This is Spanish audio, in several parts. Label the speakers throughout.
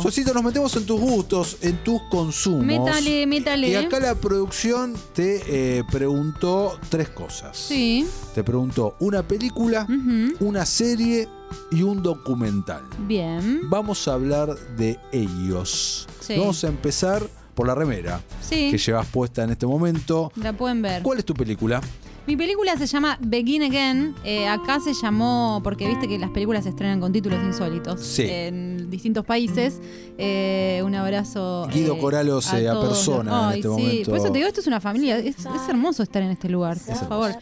Speaker 1: Sosito, nos metemos en tus gustos, en tus consumos.
Speaker 2: Métale, métale.
Speaker 1: Y acá la producción te eh, preguntó tres cosas.
Speaker 2: Sí. Mm,
Speaker 1: Te preguntó una película,
Speaker 2: Ujú.
Speaker 1: una serie y un documental.
Speaker 2: Bien.
Speaker 1: Vamos a hablar de ellos.
Speaker 2: Sí.
Speaker 1: Vamos a empezar por la remera
Speaker 2: Sí.
Speaker 1: que llevas puesta en este momento.
Speaker 2: La pueden ver.
Speaker 1: ¿Cuál es tu película?
Speaker 2: Mi película se llama Begin Again. Eh, acá se llamó, porque viste que las películas se estrenan con títulos insólitos
Speaker 1: Sí.
Speaker 2: en distintos países. Eh, un abrazo.
Speaker 1: Guido
Speaker 2: eh,
Speaker 1: Coralo se
Speaker 2: todos.
Speaker 1: apersona en
Speaker 2: Ay,
Speaker 1: este
Speaker 2: sí.
Speaker 1: momento.
Speaker 2: Por eso te digo, esto es una familia. Es, es hermoso estar en este lugar, por favor.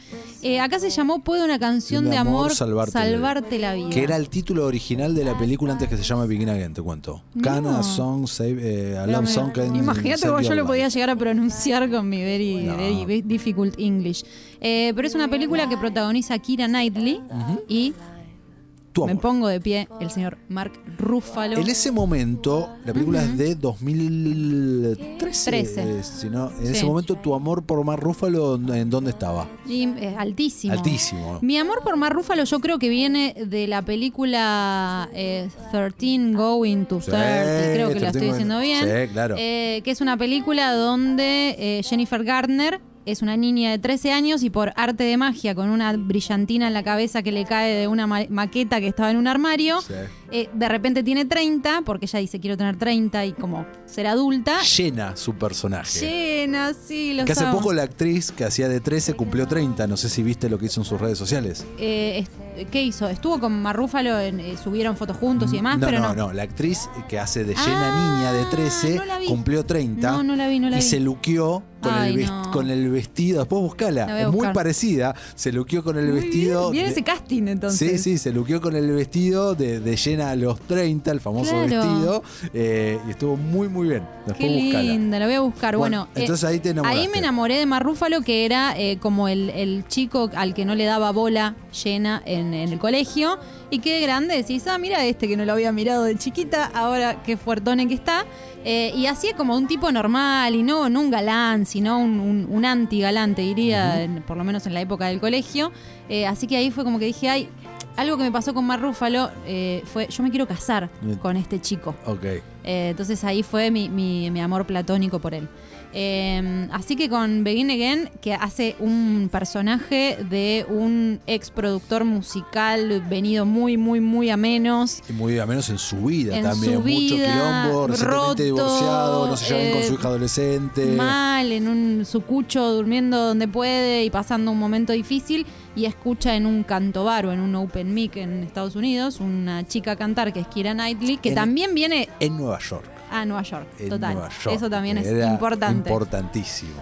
Speaker 2: Eh, acá se llamó Puede una canción
Speaker 1: De
Speaker 2: de,
Speaker 1: amor,
Speaker 2: amor,
Speaker 1: salvarte la
Speaker 2: salvarte la vida.
Speaker 1: Que era el título original de la película antes que se llame Begin Again, te cuento.
Speaker 2: No.
Speaker 1: Cana Song Save eh, a
Speaker 2: Pero
Speaker 1: Love
Speaker 2: me-
Speaker 1: Song Can
Speaker 2: Imagínate
Speaker 1: Save
Speaker 2: cómo yo
Speaker 1: Your
Speaker 2: lo
Speaker 1: Life.
Speaker 2: podía llegar a pronunciar con mi very,
Speaker 1: No.
Speaker 2: very bi- difficult English. Eh, pero es una película que protagoniza Kira Knightley y
Speaker 1: Tu
Speaker 2: me
Speaker 1: amor.
Speaker 2: pongo de pie el señor Mark Ruffalo.
Speaker 1: En ese momento, la película es de 2013.
Speaker 2: Trece.
Speaker 1: eh, si no, en
Speaker 2: Sí.
Speaker 1: ese momento, tu amor por Mar Rúfalo, ¿en dónde estaba?
Speaker 2: Y, eh, altísimo.
Speaker 1: Altísimo.
Speaker 2: Mi amor por Mark Ruffalo yo creo que viene de la película eh, 13 Going to 30,
Speaker 1: Sí,
Speaker 2: creo que la
Speaker 1: 13
Speaker 2: estoy diciendo
Speaker 1: Going-
Speaker 2: bien.
Speaker 1: Sí, claro.
Speaker 2: Eh, que es una película donde eh, Jennifer Gardner es una niña de 13 años y por arte de magia, con una brillantina en la cabeza que le cae de una ma- maqueta que estaba en un armario,
Speaker 1: Sí.
Speaker 2: eh, de repente tiene 30, porque ella dice quiero tener 30 y como ser adulta.
Speaker 1: Llena su personaje.
Speaker 2: Llena, sí, lo
Speaker 1: Que hace
Speaker 2: amo.
Speaker 1: poco la actriz que hacía de 13 cumplió 30. No sé si viste lo que hizo en sus redes sociales.
Speaker 2: Eh, est- ¿Qué hizo? ¿Estuvo con Marrúfalo? En, eh, ¿Subieron fotos juntos y demás?
Speaker 1: no,
Speaker 2: pero
Speaker 1: no,
Speaker 2: no,
Speaker 1: no, La actriz que hace de llena
Speaker 2: Ah,
Speaker 1: niña de 13
Speaker 2: no la vi.
Speaker 1: cumplió 30.
Speaker 2: No, no la vi, no la
Speaker 1: y
Speaker 2: vi.
Speaker 1: se luqueó con, el
Speaker 2: Ay,
Speaker 1: vest-
Speaker 2: no.
Speaker 1: con el vestido. Después buscala.
Speaker 2: La voy a
Speaker 1: Es muy
Speaker 2: buscar.
Speaker 1: parecida. Se luqueó con el
Speaker 2: Muy
Speaker 1: vestido.
Speaker 2: bien, bien
Speaker 1: de-
Speaker 2: ese casting entonces.
Speaker 1: Sí, sí, se luqueó con el vestido de, de llena a los 30, el famoso
Speaker 2: Claro.
Speaker 1: vestido. eh, y estuvo muy, muy bien. Después
Speaker 2: Qué
Speaker 1: buscala.
Speaker 2: linda, la voy a buscar. Bueno, eh,
Speaker 1: Bueno, entonces ahí te enamoraste.
Speaker 2: Ahí me enamoré de Marrúfalo, que era eh, como el, el chico al que no le daba bola llena en, en el colegio. Y qué grande decís, ah, mira este que no lo había mirado de chiquita, ahora qué fuertone que está. Eh, y así es como un tipo normal, y no, no un galán, sino un, un, un anti-galán, te diría, en- por lo menos en la época del colegio. Eh, así que ahí fue como que dije, ay, algo que me pasó con Marrúfalo eh, fue, yo me quiero casar
Speaker 1: Bien.
Speaker 2: con este chico.
Speaker 1: Ok.
Speaker 2: Eh, entonces ahí fue mi, mi- mi amor platónico por él. Eh, así que con Begin Again, que hace un personaje de un ex productor musical venido muy, muy, muy a menos.
Speaker 1: Y muy a menos en su vida
Speaker 2: En
Speaker 1: también.
Speaker 2: su
Speaker 1: Mucho
Speaker 2: vida,
Speaker 1: quilombo, recientemente
Speaker 2: roto,
Speaker 1: divorciado, no se lleva bien con
Speaker 2: eh,
Speaker 1: su hija adolescente.
Speaker 2: Mal, en un sucucho, durmiendo donde puede y pasando un momento difícil. Y escucha en un canto bar o en un open mic en Estados Unidos una chica cantar que es Kira Knightley, que
Speaker 1: En-
Speaker 2: también viene
Speaker 1: En Nueva York.
Speaker 2: a Nueva York.
Speaker 1: En
Speaker 2: total.
Speaker 1: Nueva York.
Speaker 2: Eso también es
Speaker 1: Era
Speaker 2: importante.
Speaker 1: Importantísimo.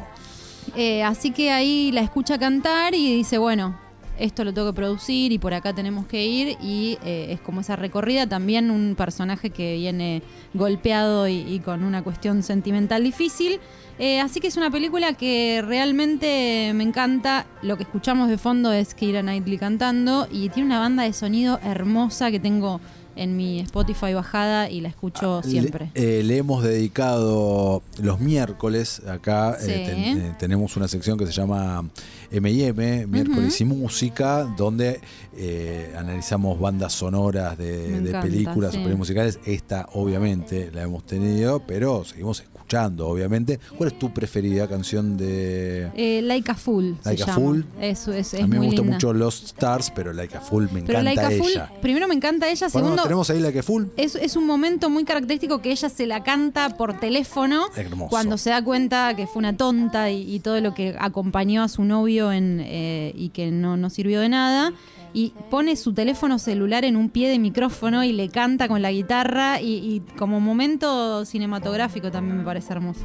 Speaker 2: Eh, así que ahí la escucha cantar y dice, bueno, esto lo tengo que producir y por acá tenemos que ir. Y eh, es como esa recorrida. También un personaje que viene golpeado y, y con una cuestión sentimental difícil. Eh, así que es una película que realmente me encanta. Lo que escuchamos de fondo es Keira Knightley cantando y tiene una banda de sonido hermosa que tengo en mi Spotify bajada y la escucho siempre.
Speaker 1: Le, eh, le hemos dedicado los miércoles, acá
Speaker 2: Sí.
Speaker 1: eh, ten- eh, tenemos una sección que se llama MM, miércoles y música, donde eh, analizamos bandas sonoras de,
Speaker 2: Me
Speaker 1: de
Speaker 2: encanta,
Speaker 1: películas
Speaker 2: sí.
Speaker 1: o películas musicales. Esta obviamente la hemos tenido, pero seguimos escuchando, obviamente. ¿Cuál es tu preferida canción de...
Speaker 2: Eh, like a Fool. se
Speaker 1: Like a
Speaker 2: llama.
Speaker 1: Fool.
Speaker 2: Eso es, es
Speaker 1: a mí me
Speaker 2: muy
Speaker 1: gusta
Speaker 2: linda.
Speaker 1: mucho Lost Stars, pero Like a Full me
Speaker 2: Pero
Speaker 1: encanta
Speaker 2: Laika Full,
Speaker 1: ella.
Speaker 2: primero me encanta ella,
Speaker 1: Bueno,
Speaker 2: segundo,
Speaker 1: tenemos ahí Like a Full.
Speaker 2: es, es un momento muy característico que ella se la canta por teléfono
Speaker 1: Hermoso.
Speaker 2: cuando se da cuenta que fue una tonta y, y todo lo que acompañó a su novio en, eh, y que no, no sirvió de nada. Y pone su teléfono celular en un pie de micrófono y le canta con la guitarra y, y como momento cinematográfico también me parece hermoso.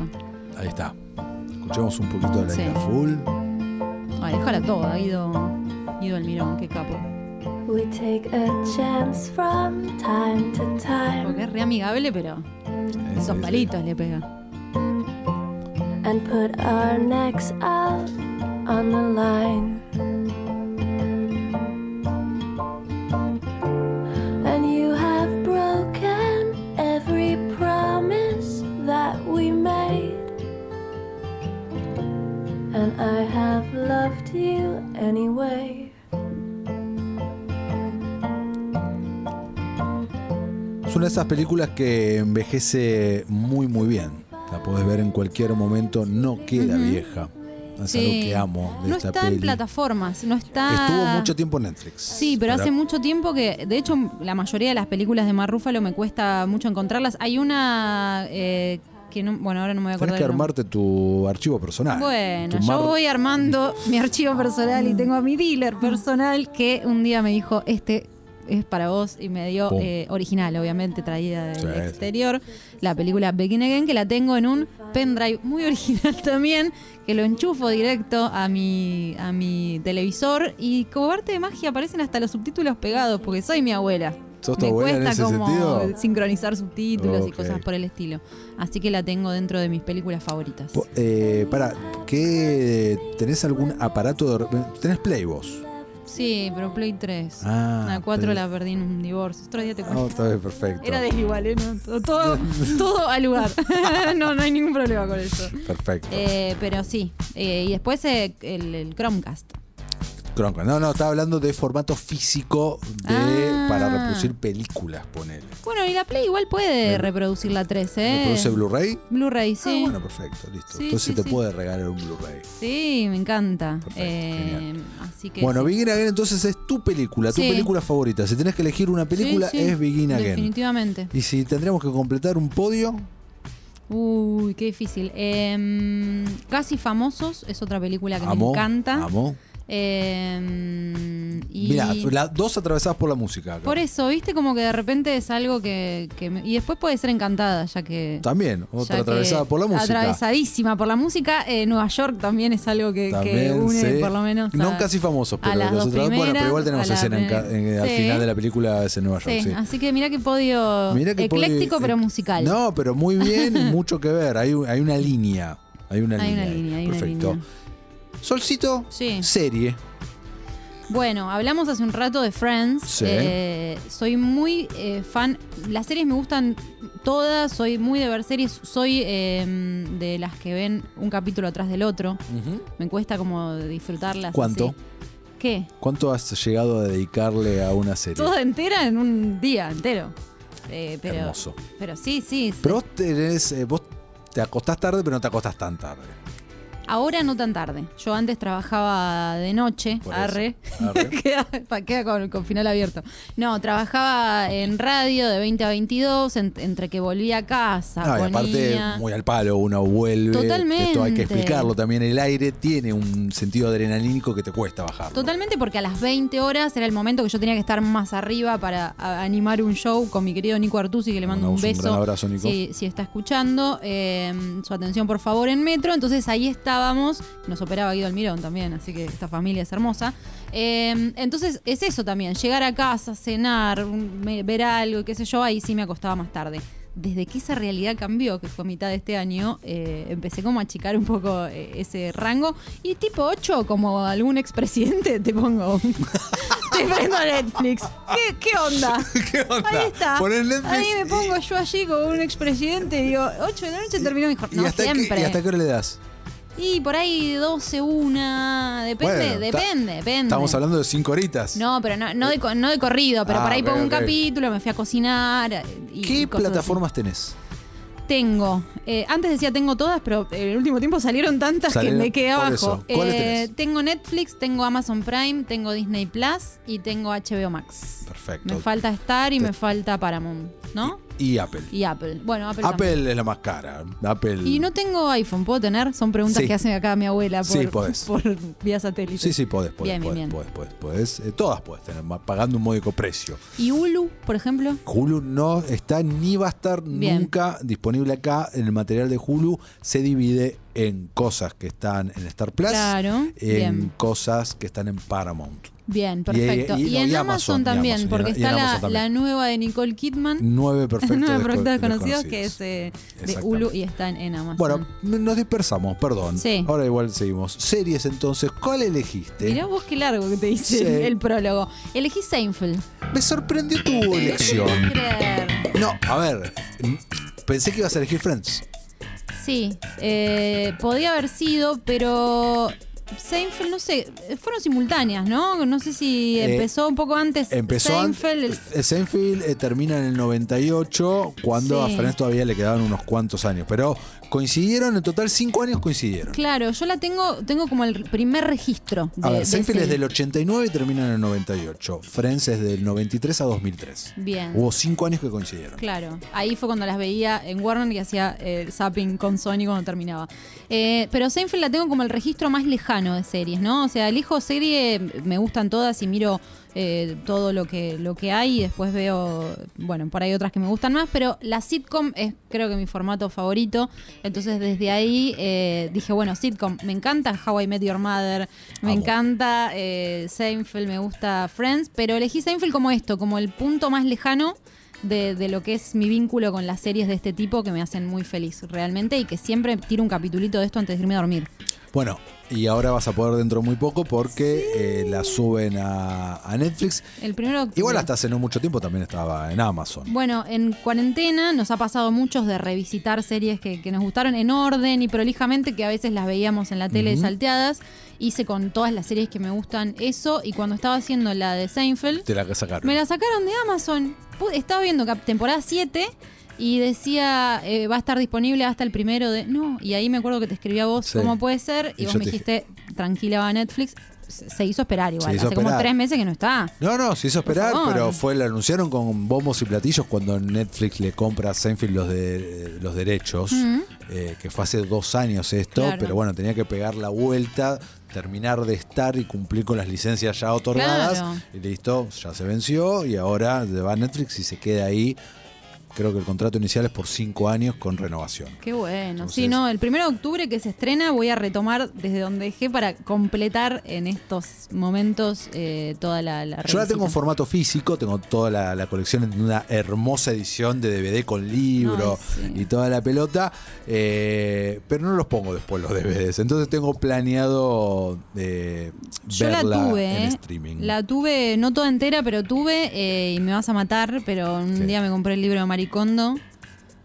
Speaker 1: Ahí está. Escuchemos un poquito de Like
Speaker 2: Sí.
Speaker 1: a Full.
Speaker 2: Ay, déjala toda, Guido, Guido Almirón, qué capo.
Speaker 3: We take a chance from time to time
Speaker 2: Porque es re amigable, pero
Speaker 1: Eh, sí,
Speaker 2: esos
Speaker 1: sí.
Speaker 2: palitos le pega.
Speaker 3: and put our necks out on the line. And you have broken every promise that we made. And I have loved you anyway.
Speaker 1: Es una de esas películas que envejece muy, muy bien. La podés ver en cualquier momento, no queda
Speaker 2: Ujú.
Speaker 1: vieja. Es
Speaker 2: Sí.
Speaker 1: algo que amo de
Speaker 2: no
Speaker 1: esta
Speaker 2: está
Speaker 1: peli.
Speaker 2: en plataformas, no está.
Speaker 1: Estuvo mucho tiempo en Netflix.
Speaker 2: Sí, pero
Speaker 1: Para-
Speaker 2: hace mucho tiempo que, de hecho, la mayoría de las películas de Mark Ruffalo me cuesta mucho encontrarlas. Hay una eh, que no, bueno, ahora no me voy a acordar.
Speaker 1: Tenés que
Speaker 2: el nombre.
Speaker 1: armarte tu archivo personal.
Speaker 2: Bueno,
Speaker 1: Tu
Speaker 2: yo
Speaker 1: mar-
Speaker 2: voy armando mi archivo personal
Speaker 1: Ah.
Speaker 2: y tengo a mi dealer personal que un día me dijo, este es para vos y me dio
Speaker 1: Pum.
Speaker 2: eh, original, obviamente traída del
Speaker 1: Sí, sí.
Speaker 2: exterior, la película Begin Again, que la tengo en un pendrive muy original también, que lo enchufo directo a mi, a mi televisor y como arte de magia aparecen hasta los subtítulos pegados, porque soy mi abuela.
Speaker 1: ¿Sos tu
Speaker 2: me
Speaker 1: abuela en
Speaker 2: cuesta
Speaker 1: ese
Speaker 2: como
Speaker 1: sentido?
Speaker 2: sincronizar subtítulos y
Speaker 1: Ok.
Speaker 2: cosas por el estilo. Así que la tengo dentro de mis películas favoritas.
Speaker 1: Po- eh, para, ¿qué tenés algún aparato de tenés Play vos?
Speaker 2: Sí, pero Play 3.
Speaker 1: Ah,
Speaker 2: la 4
Speaker 1: Play.
Speaker 2: la perdí en un divorcio. Otro día te
Speaker 1: Ah,
Speaker 2: cuento.
Speaker 1: está bien, perfecto.
Speaker 2: Era desigual, ¿eh? No, to- todo, todo al lugar. no, no hay ningún problema con eso.
Speaker 1: Perfecto.
Speaker 2: Eh, pero sí. Eh, y después eh, el, el Chromecast.
Speaker 1: Cronco. No, no, estaba hablando de formato físico de
Speaker 2: Ah.
Speaker 1: para reproducir películas, ponele.
Speaker 2: Bueno, y la Play igual puede reproducir la 3, ¿eh?
Speaker 1: ¿Reproduce Blu-ray?
Speaker 2: Blu-ray,
Speaker 1: Ah,
Speaker 2: sí.
Speaker 1: bueno, perfecto, listo.
Speaker 2: Sí,
Speaker 1: Entonces
Speaker 2: sí,
Speaker 1: te
Speaker 2: sí.
Speaker 1: puede regalar un Blu-ray.
Speaker 2: Sí, me encanta.
Speaker 1: Perfecto,
Speaker 2: Eh,
Speaker 1: genial.
Speaker 2: así que.
Speaker 1: Bueno,
Speaker 2: sí.
Speaker 1: Begin Again entonces es tu película, tu
Speaker 2: Sí.
Speaker 1: película favorita. Si tenés que elegir una película,
Speaker 2: Sí, sí,
Speaker 1: es Begin Again.
Speaker 2: Definitivamente.
Speaker 1: Y si tendríamos que completar un podio,
Speaker 2: Uy, qué difícil. Em, Casi Famosos es otra película que me
Speaker 1: amo.
Speaker 2: encanta.
Speaker 1: Amo.
Speaker 2: Eh, y
Speaker 1: Mirá, las dos atravesadas por la música. acá.
Speaker 2: por eso, viste, como que de repente es algo que. que me- y después puede ser encantada, ya que.
Speaker 1: También,
Speaker 2: ya
Speaker 1: otra
Speaker 2: que
Speaker 1: atravesada por la música.
Speaker 2: Atravesadísima por la música. Eh, Nueva York también es algo que, que
Speaker 1: También,
Speaker 2: une,
Speaker 1: sí.
Speaker 2: por lo menos.
Speaker 1: No
Speaker 2: a-
Speaker 1: casi famosos,
Speaker 2: a
Speaker 1: pero
Speaker 2: las
Speaker 1: los
Speaker 2: dos
Speaker 1: otros dos, Bueno, pero igual
Speaker 2: primeras,
Speaker 1: tenemos
Speaker 2: a la
Speaker 1: escena en ca-
Speaker 2: primera.
Speaker 1: en- al
Speaker 2: Sí.
Speaker 1: final de la película es en Nueva York.
Speaker 2: Sí,
Speaker 1: sí.
Speaker 2: así que mira qué podio
Speaker 1: Mirá que puede-
Speaker 2: ecléctico
Speaker 1: eh,
Speaker 2: pero musical.
Speaker 1: No, pero muy bien y mucho que ver. Hay, un- hay una línea. Hay una
Speaker 2: hay
Speaker 1: línea.
Speaker 2: una
Speaker 1: ahí.
Speaker 2: línea, hay una
Speaker 1: Perfecto.
Speaker 2: línea.
Speaker 1: Solcito,
Speaker 2: Sí.
Speaker 1: serie.
Speaker 2: Bueno, hablamos hace un rato de Friends.
Speaker 1: Sí.
Speaker 2: Eh, soy muy eh, fan. Las series me gustan todas. Soy muy de ver series. Soy eh, de las que ven un capítulo atrás del otro. Me cuesta como disfrutarlas.
Speaker 1: ¿Cuánto? Eh,
Speaker 2: así. ¿Qué?
Speaker 1: ¿Cuánto has llegado a dedicarle a una serie?
Speaker 2: Toda entera en un día entero. Eh, pero,
Speaker 1: Hermoso.
Speaker 2: Pero sí, sí. sí.
Speaker 1: Pero vos, tenés, eh, vos te acostás tarde, pero no te acostás tan tarde.
Speaker 2: Ahora no tan tarde. Yo antes trabajaba de noche,
Speaker 1: Por eso.
Speaker 2: arre.
Speaker 1: Arre.
Speaker 2: queda pa- queda con, con final abierto. No, trabajaba en radio de 20 a 22, en- entre que volvía a casa.
Speaker 1: No, y aparte,
Speaker 2: ponía-
Speaker 1: muy al palo, uno vuelve.
Speaker 2: Totalmente.
Speaker 1: Esto hay que explicarlo también. El aire tiene un sentido adrenalínico que te cuesta bajar.
Speaker 2: Totalmente porque a las 20 horas era el momento que yo tenía que estar más arriba para a- animar un show con mi querido Nico Artusi, que le mando un
Speaker 1: mandamos un
Speaker 2: beso.
Speaker 1: gran abrazo, Nico.
Speaker 2: Si, si está escuchando, eh, su atención por favor en Metro. Entonces ahí estábamos, nos operaba Guido Almirón también, así que esta familia es hermosa. Eh, entonces es eso también, llegar a casa, cenar, un- me- ver algo, qué sé yo, ahí sí me acostaba más tarde. Desde que esa realidad cambió, que fue a mitad de este año, eh, empecé como a achicar un poco eh, ese rango. Y tipo 8, como algún expresidente, te pongo... te prendo Netflix. ¿Qué, qué onda?
Speaker 1: ¿Qué onda?
Speaker 2: Ahí está.
Speaker 1: Ponés Netflix
Speaker 2: Ahí me pongo yo allí con un expresidente y digo, 8 de la noche terminó mi
Speaker 1: ¿Y
Speaker 2: jornada. No,
Speaker 1: hasta qué-
Speaker 2: siempre.
Speaker 1: ¿Y hasta qué hora le das?
Speaker 2: Y por ahí 12, una. Depende,
Speaker 1: Bueno, ta-
Speaker 2: depende, depende.
Speaker 1: Estamos hablando de cinco horitas.
Speaker 2: No, pero no, no, de, co- no de corrido, pero
Speaker 1: Ah,
Speaker 2: por ahí
Speaker 1: ok,
Speaker 2: pongo un
Speaker 1: ok.
Speaker 2: capítulo, me fui a cocinar. eh, Y,
Speaker 1: ¿Qué
Speaker 2: y cosas así.
Speaker 1: plataformas tenés?
Speaker 2: Tengo. Eh, antes decía tengo todas, pero en el último tiempo salieron tantas
Speaker 1: Salieron,
Speaker 2: que me quedé
Speaker 1: por
Speaker 2: abajo. Eh,
Speaker 1: eso. ¿Cuáles tenés?
Speaker 2: Tengo Netflix, tengo Amazon Prime, tengo Disney Plus y tengo HBO Max.
Speaker 1: Perfecto.
Speaker 2: Me falta Star y me falta Paramount, ¿no?
Speaker 1: Y Apple.
Speaker 2: Y Apple. Bueno, Apple. también.
Speaker 1: Apple es la más cara. Apple.
Speaker 2: Y no tengo iPhone, ¿puedo tener? Son preguntas
Speaker 1: Mm. Sí.
Speaker 2: que hace acá mi abuela por,
Speaker 1: Sí, podés.
Speaker 2: por vía satélite.
Speaker 1: Sí, sí, podés, podés,
Speaker 2: Bien, bien,
Speaker 1: podés,
Speaker 2: bien.
Speaker 1: podés, podés, podés. Eh, todas podés tener, ma- pagando un módico precio.
Speaker 2: ¿Y Hulu, por ejemplo?
Speaker 1: Hulu no está ni va a estar
Speaker 2: Bien.
Speaker 1: nunca disponible acá. El material de Hulu se divide en cosas que están en Star Plus,
Speaker 2: Claro,
Speaker 1: en
Speaker 2: bien.
Speaker 1: cosas que están en Paramount.
Speaker 2: Bien,
Speaker 1: eh, Y- y-
Speaker 2: perfecto.
Speaker 1: y
Speaker 2: Y,
Speaker 1: no,
Speaker 2: en
Speaker 1: y Amazon,
Speaker 2: Amazon
Speaker 1: y
Speaker 2: también,
Speaker 1: Amazon, y
Speaker 2: porque
Speaker 1: en- y en
Speaker 2: está la,
Speaker 1: Amazon también. Mm,
Speaker 2: la nueva de Nicole Kidman.
Speaker 1: Nueve perfectos,
Speaker 2: Nueve
Speaker 1: desco-
Speaker 2: proyectos desconocidos, que es
Speaker 1: desconocidos.
Speaker 2: eh, de
Speaker 1: Exactamente.
Speaker 2: Hulu y está en, en Amazon.
Speaker 1: Bueno, nos dispersamos, perdón.
Speaker 2: Sí.
Speaker 1: Ahora igual seguimos. Series entonces, ¿cuál elegiste?
Speaker 2: Mirá vos qué largo que te dice
Speaker 1: eh, Sí.
Speaker 2: el prólogo. Elegí Seinfeld.
Speaker 1: Me sorprendió tu
Speaker 2: No
Speaker 1: elección.
Speaker 2: puedo creer.
Speaker 1: No, a ver, n- pensé que ibas a elegir Friends.
Speaker 2: Sí, eh, podía haber sido, pero Seinfeld, no sé, fueron simultáneas, ¿no? No sé si
Speaker 1: Eh,
Speaker 2: empezó un poco antes.
Speaker 1: Empezó
Speaker 2: Seinfeld, el-
Speaker 1: antes- Seinfeld eh, termina en el 98, cuando
Speaker 2: Sí.
Speaker 1: a Friends todavía le quedaban unos cuantos años. Pero coincidieron, en total cinco años coincidieron.
Speaker 2: Claro, yo la tengo, tengo como el primer registro. De,
Speaker 1: A
Speaker 2: de
Speaker 1: ver, Seinfeld
Speaker 2: ese-
Speaker 1: es del 89 y termina en el 98. Friends es del 93 a 2003.
Speaker 2: Bien.
Speaker 1: Hubo cinco años que coincidieron.
Speaker 2: Claro, ahí fue cuando las veía en Warner y hacía el zapping con Sony cuando terminaba. Eh, pero Seinfeld la tengo como el registro más lejano de series, ¿no? O sea, elijo serie, me gustan todas y miro eh, todo lo que, lo que hay y después veo, bueno, por ahí otras que me gustan más, pero la sitcom es creo que mi formato favorito. Entonces desde ahí eh, dije, bueno, sitcom, me encanta How I Met Your Mother, me
Speaker 1: Amo.
Speaker 2: encanta eh, Seinfeld, me gusta Friends, pero elegí Seinfeld como esto, como el punto más lejano de, de lo que es mi vínculo con las series de este tipo que me hacen muy feliz realmente y que siempre tiro un capitulito de esto antes de irme a dormir.
Speaker 1: Bueno, y ahora vas a poder dentro muy poco porque eh, la suben a, a Netflix.
Speaker 2: El primero de octubre.
Speaker 1: Igual hasta hace no mucho tiempo también estaba en Amazon.
Speaker 2: Bueno, en cuarentena nos ha pasado muchos de revisitar series que, que nos gustaron en orden y prolijamente, que a veces las veíamos en la tele salteadas. Hice con todas las series que me gustan eso y cuando estaba haciendo la de Seinfeld,
Speaker 1: Te la que sacaron.
Speaker 2: Me la sacaron de Amazon. Pu- Estaba viendo cap- temporada 7 y decía, eh, va a estar disponible hasta el primero de... No, y ahí me acuerdo que te escribí a vos
Speaker 1: Sí.
Speaker 2: cómo puede ser y,
Speaker 1: Y
Speaker 2: vos
Speaker 1: yo
Speaker 2: me
Speaker 1: te
Speaker 2: dijiste, tranquila, va a Netflix. Se se hizo esperar igual.
Speaker 1: Se hizo
Speaker 2: Hace como
Speaker 1: esperar.
Speaker 2: tres meses que no está.
Speaker 1: No, no, se hizo
Speaker 2: Por
Speaker 1: esperar,
Speaker 2: favor.
Speaker 1: pero fue, la anunciaron con bombos y platillos cuando Netflix le compra a Seinfeld los, de, los derechos, eh, que fue hace dos años esto,
Speaker 2: Claro.
Speaker 1: pero bueno, tenía que pegar la vuelta, terminar de estar y cumplir con las licencias ya otorgadas.
Speaker 2: Claro.
Speaker 1: Y listo, ya se venció y ahora se va a Netflix y se queda ahí. Creo que el contrato inicial es por cinco años con renovación.
Speaker 2: Qué bueno.
Speaker 1: Entonces-
Speaker 2: sí, no, el primero de octubre que se estrena voy a retomar desde donde dejé para completar en estos momentos eh, toda la, la
Speaker 1: Yo la tengo en
Speaker 2: revisita.
Speaker 1: formato físico, tengo toda la, la colección en una hermosa edición de DVD con libro
Speaker 2: Ay, sí.
Speaker 1: y toda la pelota, eh, pero no los pongo después los DVDs. Entonces tengo planeado eh,
Speaker 2: Yo la
Speaker 1: verla
Speaker 2: tuve,
Speaker 1: en
Speaker 2: ¿eh?
Speaker 1: streaming.
Speaker 2: la tuve, no toda entera, pero tuve, eh, y me vas a matar, pero un
Speaker 1: Sí.
Speaker 2: día me compré el libro de Maricondo,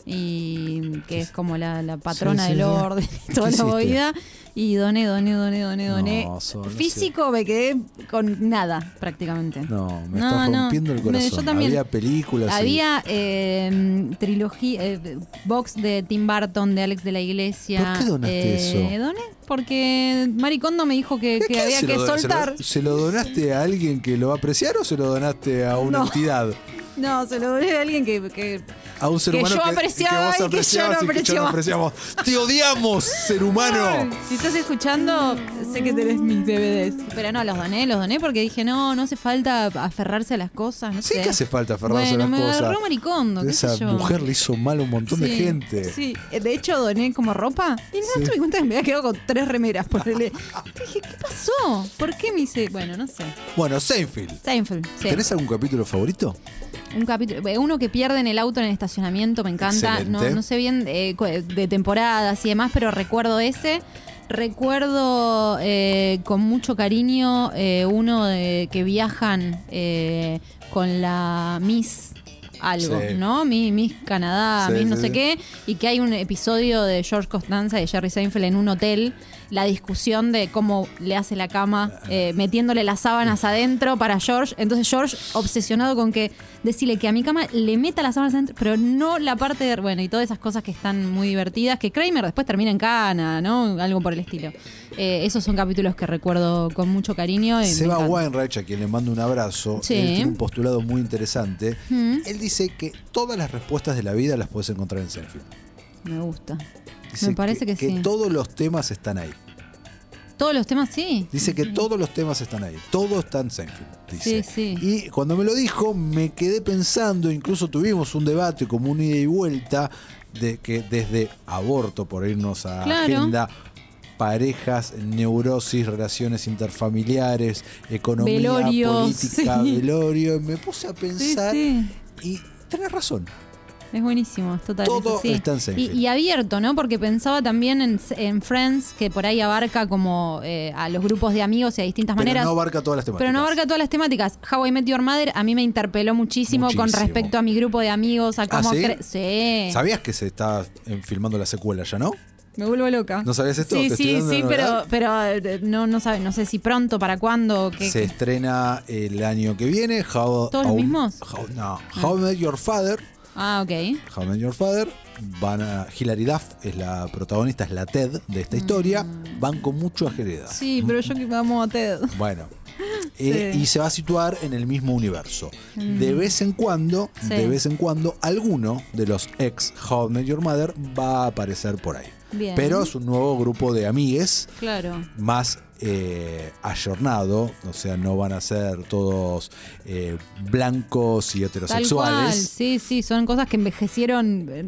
Speaker 2: y que es como la, la patrona
Speaker 1: Sí, sí,
Speaker 2: del
Speaker 1: sí.
Speaker 2: orden, y toda
Speaker 1: ¿Qué
Speaker 2: la
Speaker 1: hiciste?
Speaker 2: movida, y doné, doné, doné, doné,
Speaker 1: No,
Speaker 2: doné.
Speaker 1: Sol, no
Speaker 2: Físico me quedé con nada, prácticamente.
Speaker 1: No, me
Speaker 2: No,
Speaker 1: estás
Speaker 2: no.
Speaker 1: rompiendo el
Speaker 2: Me-
Speaker 1: corazón.
Speaker 2: yo también.
Speaker 1: Había películas. y-
Speaker 2: Había eh, trilogía, eh, box de Tim Burton, de Alex de la Iglesia.
Speaker 1: ¿Por qué donaste
Speaker 2: Eh, Doné, porque Maricondo me dijo que,
Speaker 1: ¿A
Speaker 2: que
Speaker 1: quién
Speaker 2: había
Speaker 1: se
Speaker 2: que
Speaker 1: lo donaste? ¿Se lo-
Speaker 2: soltar.
Speaker 1: ¿Se lo donaste a alguien que lo va a apreciar o se lo donaste a una
Speaker 2: No.
Speaker 1: entidad?
Speaker 2: No, se lo doné a alguien que- que
Speaker 1: A un ser
Speaker 2: Que
Speaker 1: humano
Speaker 2: yo
Speaker 1: que, que
Speaker 2: apreciaba y que yo
Speaker 1: vos apreciabas
Speaker 2: no
Speaker 1: y que yo no apreciamos. ¡Te odiamos, ser humano!
Speaker 2: Si estás escuchando, sé que tenés mis DVDs. Pero no, los doné, los doné porque dije, no, no hace falta aferrarse a las cosas. No
Speaker 1: Sí
Speaker 2: sé.
Speaker 1: que hace falta aferrarse
Speaker 2: bueno,
Speaker 1: a las
Speaker 2: me
Speaker 1: cosas.
Speaker 2: agarró maricondo, qué
Speaker 1: Esa
Speaker 2: sé yo.
Speaker 1: mujer le hizo mal a un montón de
Speaker 2: Sí,
Speaker 1: gente.
Speaker 2: Sí, Eh, de hecho doné como ropa y no
Speaker 1: Sí.
Speaker 2: me cuenta que me había quedado con tres remeras, ponele. dije, ¿qué pasó? ¿Por qué me hice? Bueno, no sé.
Speaker 1: Bueno, Seinfeld.
Speaker 2: Seinfeld, sí.
Speaker 1: ¿Tenés algún capítulo favorito?
Speaker 2: Un capítulo, eh, uno que pierde en el auto en el estacionamiento, me encanta. No,
Speaker 1: Excelente.
Speaker 2: no sé bien eh, cu- de temporadas y demás, pero recuerdo ese. Recuerdo eh, con mucho cariño eh, uno de que viajan eh, con la Miss algo,
Speaker 1: Sí.
Speaker 2: ¿no? Mi- Miss, Canadá,
Speaker 1: Sí,
Speaker 2: Miss no
Speaker 1: sí,
Speaker 2: sé
Speaker 1: sí.
Speaker 2: qué, y que hay un episodio de George Costanza y de Jerry Seinfeld en un hotel, la discusión de cómo le hace la cama, eh, metiéndole las sábanas adentro para George. Entonces George, obsesionado con que decirle que a mi cama le meta las sábanas adentro, pero no la parte de... Bueno, y todas esas cosas que están muy divertidas, que Kramer después termina en cana, ¿no? Algo por el estilo. Eh, esos son capítulos que recuerdo con mucho cariño. y me
Speaker 1: Seba
Speaker 2: encanta.
Speaker 1: Weinreich, a quien le mando un abrazo,
Speaker 2: Sí. Mm.
Speaker 1: él tiene un postulado muy interesante. Él dice que todas las respuestas de la vida las puedes encontrar en Seinfeld.
Speaker 2: Me gusta.
Speaker 1: Dice
Speaker 2: me parece que, sí.
Speaker 1: Que todos los temas están ahí.
Speaker 2: Todos los temas sí.
Speaker 1: Dice que todos los temas están ahí. Todo está en Seinfeld. Dice.
Speaker 2: Sí, sí.
Speaker 1: Y cuando me lo dijo, me quedé pensando, incluso tuvimos un debate como un ida y vuelta, de que desde aborto, por irnos a
Speaker 2: Claro.
Speaker 1: agenda, parejas, neurosis, relaciones interfamiliares, economía,
Speaker 2: Velorios,
Speaker 1: política,
Speaker 2: sí.
Speaker 1: velorio. y Me puse a pensar
Speaker 2: sí.
Speaker 1: y tenés razón.
Speaker 2: Es buenísimo, es total.
Speaker 1: Todo
Speaker 2: eso sí.
Speaker 1: está en
Speaker 2: y,
Speaker 1: Seinfeld.
Speaker 2: y abierto, ¿no? Porque pensaba también en, en Friends, que por ahí abarca como eh, a los grupos de amigos y a distintas
Speaker 1: Pero
Speaker 2: maneras.
Speaker 1: no abarca todas las temáticas.
Speaker 2: pero no abarca todas las temáticas. How I Met Your Mother a mí me interpeló muchísimo, con
Speaker 1: Muchísimo. ¿Ah,
Speaker 2: respecto a mi grupo de amigos, a cómo
Speaker 1: ¿sí?
Speaker 2: cre- Sí.
Speaker 1: ¿Sabías que se está eh, filmando la eh, secuela ya, no?
Speaker 2: Me vuelvo loca.
Speaker 1: ¿No sabías esto?
Speaker 2: Sí,
Speaker 1: Te estoy
Speaker 2: sí,
Speaker 1: dando
Speaker 2: sí,
Speaker 1: una
Speaker 2: pero,
Speaker 1: novedad.
Speaker 2: pero eh, no, no sabe, no sé si pronto, para cuándo, qué,
Speaker 1: Se
Speaker 2: qué-
Speaker 1: estrena el año que viene. How,
Speaker 2: ¿Todos los
Speaker 1: How-
Speaker 2: mismos?
Speaker 1: How- no. How I Met Your Father.
Speaker 2: Ah, ok.
Speaker 1: How I Met Your Father. Van a, Hilary Duff es la protagonista, es la TED de esta historia. Van con mucho ajedrez.
Speaker 2: Mm. Sí, pero yo que amo a Ted.
Speaker 1: Bueno. Eh,
Speaker 2: Sí. Mm.
Speaker 1: Y se va a situar en el mismo universo. De vez en cuando,
Speaker 2: Sí.
Speaker 1: de vez en cuando, alguno de los ex How I Met Your Mother va a aparecer por ahí.
Speaker 2: Bien.
Speaker 1: Pero es un nuevo grupo de amigues
Speaker 2: Claro.
Speaker 1: más eh, ayornado, o sea, no van a ser todos eh, blancos y
Speaker 2: Tal cual.
Speaker 1: heterosexuales.
Speaker 2: Sí, sí, son cosas que envejecieron eh,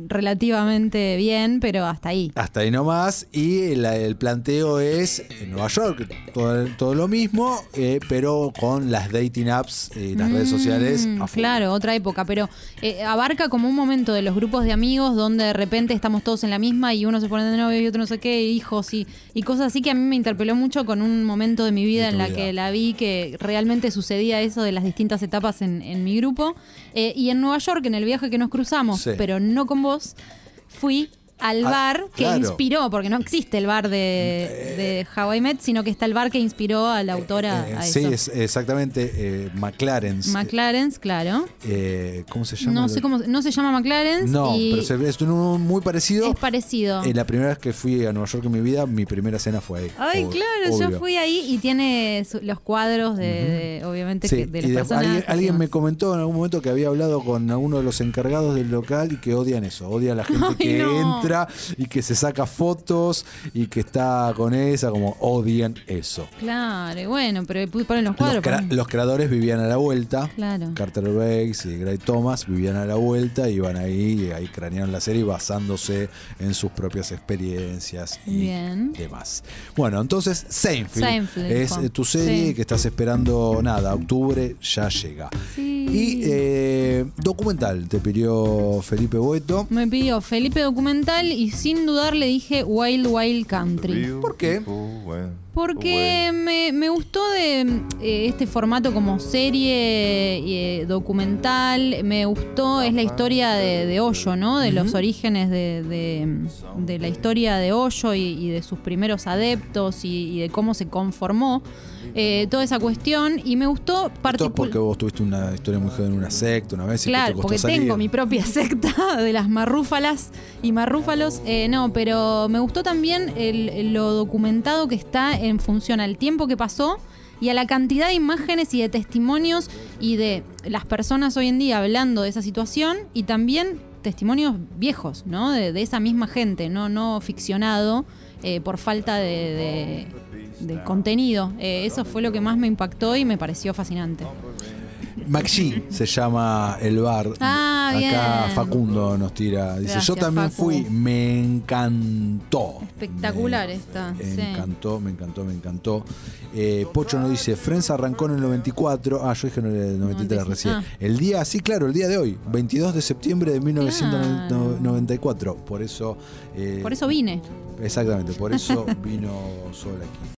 Speaker 2: relativamente bien, pero hasta ahí.
Speaker 1: Hasta ahí nomás, y la- el planteo es en Nueva York, todo, todo lo mismo, eh, pero con las dating apps eh, y las redes sociales.
Speaker 2: Mm,
Speaker 1: a full.
Speaker 2: Claro, otra época, pero eh, abarca como un momento de los grupos de amigos donde de repente estamos todos en la misma y uno se pone de novio y otro no sé qué, hijos y, y cosas así que a mí me interpeló mucho con un momento de mi vida
Speaker 1: De tu
Speaker 2: en la
Speaker 1: vida.
Speaker 2: que la vi que realmente sucedía eso de las distintas etapas en, en mi grupo. Eh, y en Nueva York, en el viaje que nos cruzamos,
Speaker 1: Sí.
Speaker 2: pero no con vos, fui al
Speaker 1: Ah,
Speaker 2: bar que
Speaker 1: claro.
Speaker 2: inspiró, porque no existe el bar de, de How I Met, sino que está el bar que inspiró a la autora.
Speaker 1: Eh,
Speaker 2: a
Speaker 1: sí,
Speaker 2: eso.
Speaker 1: es, exactamente, eh, McLaren's.
Speaker 2: McLaren, claro.
Speaker 1: eh, ¿Cómo se llama?
Speaker 2: No sé cómo no se llama McLaren.
Speaker 1: No,
Speaker 2: y
Speaker 1: pero se- es un- muy parecido.
Speaker 2: es parecido.
Speaker 1: Eh, la primera vez que fui a Nueva York en mi vida, mi primera cena fue ahí.
Speaker 2: Ay,
Speaker 1: ob-
Speaker 2: claro, yo
Speaker 1: obvio.
Speaker 2: fui ahí y tiene su- los cuadros de, de- obviamente,
Speaker 1: Sí,
Speaker 2: que- de
Speaker 1: y
Speaker 2: los
Speaker 1: de- alguien,
Speaker 2: personajes.
Speaker 1: alguien me comentó en algún momento que había hablado con alguno de los encargados del local y que odian eso, odia a la gente que
Speaker 2: Ay, no.
Speaker 1: entra y que se saca fotos y que está con esa, como odian eso.
Speaker 2: Claro, y bueno, pero pu- ponen los
Speaker 1: Los,
Speaker 2: cuadros.
Speaker 1: cra-
Speaker 2: ponen-
Speaker 1: los creadores vivían a la vuelta.
Speaker 2: Claro.
Speaker 1: Carter Bates y Gray Thomas vivían a la vuelta, iban ahí y ahí cranearon la serie basándose en sus propias experiencias y
Speaker 2: Bien.
Speaker 1: demás. Bueno, entonces Seinfeld,
Speaker 2: Seinfeld,
Speaker 1: es
Speaker 2: dijo.
Speaker 1: eh, tu serie
Speaker 2: Sí.
Speaker 1: que estás esperando, nada, octubre ya llega.
Speaker 2: Sí.
Speaker 1: Y eh, documental te pidió Felipe Boeto.
Speaker 2: Me pidió Felipe Documental y sin dudar le dije Wild Wild Country.
Speaker 1: ¿Por qué?
Speaker 2: Porque me, me gustó de eh, este formato como serie y, eh, documental, me gustó, es la historia de, de Hoyo, ¿no? De los orígenes de, de- de la historia de Hoyo y, y de sus primeros adeptos y, y de cómo se conformó eh, toda esa cuestión. Y me
Speaker 1: Esto
Speaker 2: gustó
Speaker 1: es porque
Speaker 2: particularmente...
Speaker 1: vos tuviste una historia muy joven en una secta una vez y que te
Speaker 2: Claro,
Speaker 1: costó
Speaker 2: porque
Speaker 1: salir.
Speaker 2: tengo mi propia secta de las marrúfalas y marrúfalos. Eh, no, pero me gustó también el- el- lo documentado que está en función al tiempo que pasó y a la cantidad de imágenes y de testimonios y de las personas hoy en día hablando de esa situación y también testimonios viejos, ¿no? De, de esa misma gente, no, no ficcionado eh, por falta de, de- de contenido. Eh, eso fue lo que más me impactó y me pareció fascinante.
Speaker 1: Maxi se llama el bar.
Speaker 2: Ah,
Speaker 1: Acá
Speaker 2: bien.
Speaker 1: Facundo nos tira. Dice, yo
Speaker 2: Gracias,
Speaker 1: también
Speaker 2: Facu.
Speaker 1: fui, me encantó.
Speaker 2: Espectacular esta,
Speaker 1: Me
Speaker 2: sí.
Speaker 1: encantó, me encantó, me encantó. Eh, Pocho nos dice, Friends arrancó en el 94. Ah, yo dije en el 93
Speaker 2: 95,
Speaker 1: recién.
Speaker 2: ah.
Speaker 1: El día, sí, claro, el día de hoy, 22 de septiembre de 1994. Por eso... eh,
Speaker 2: Por eso vine.
Speaker 1: Exactamente, por eso vino Sol aquí.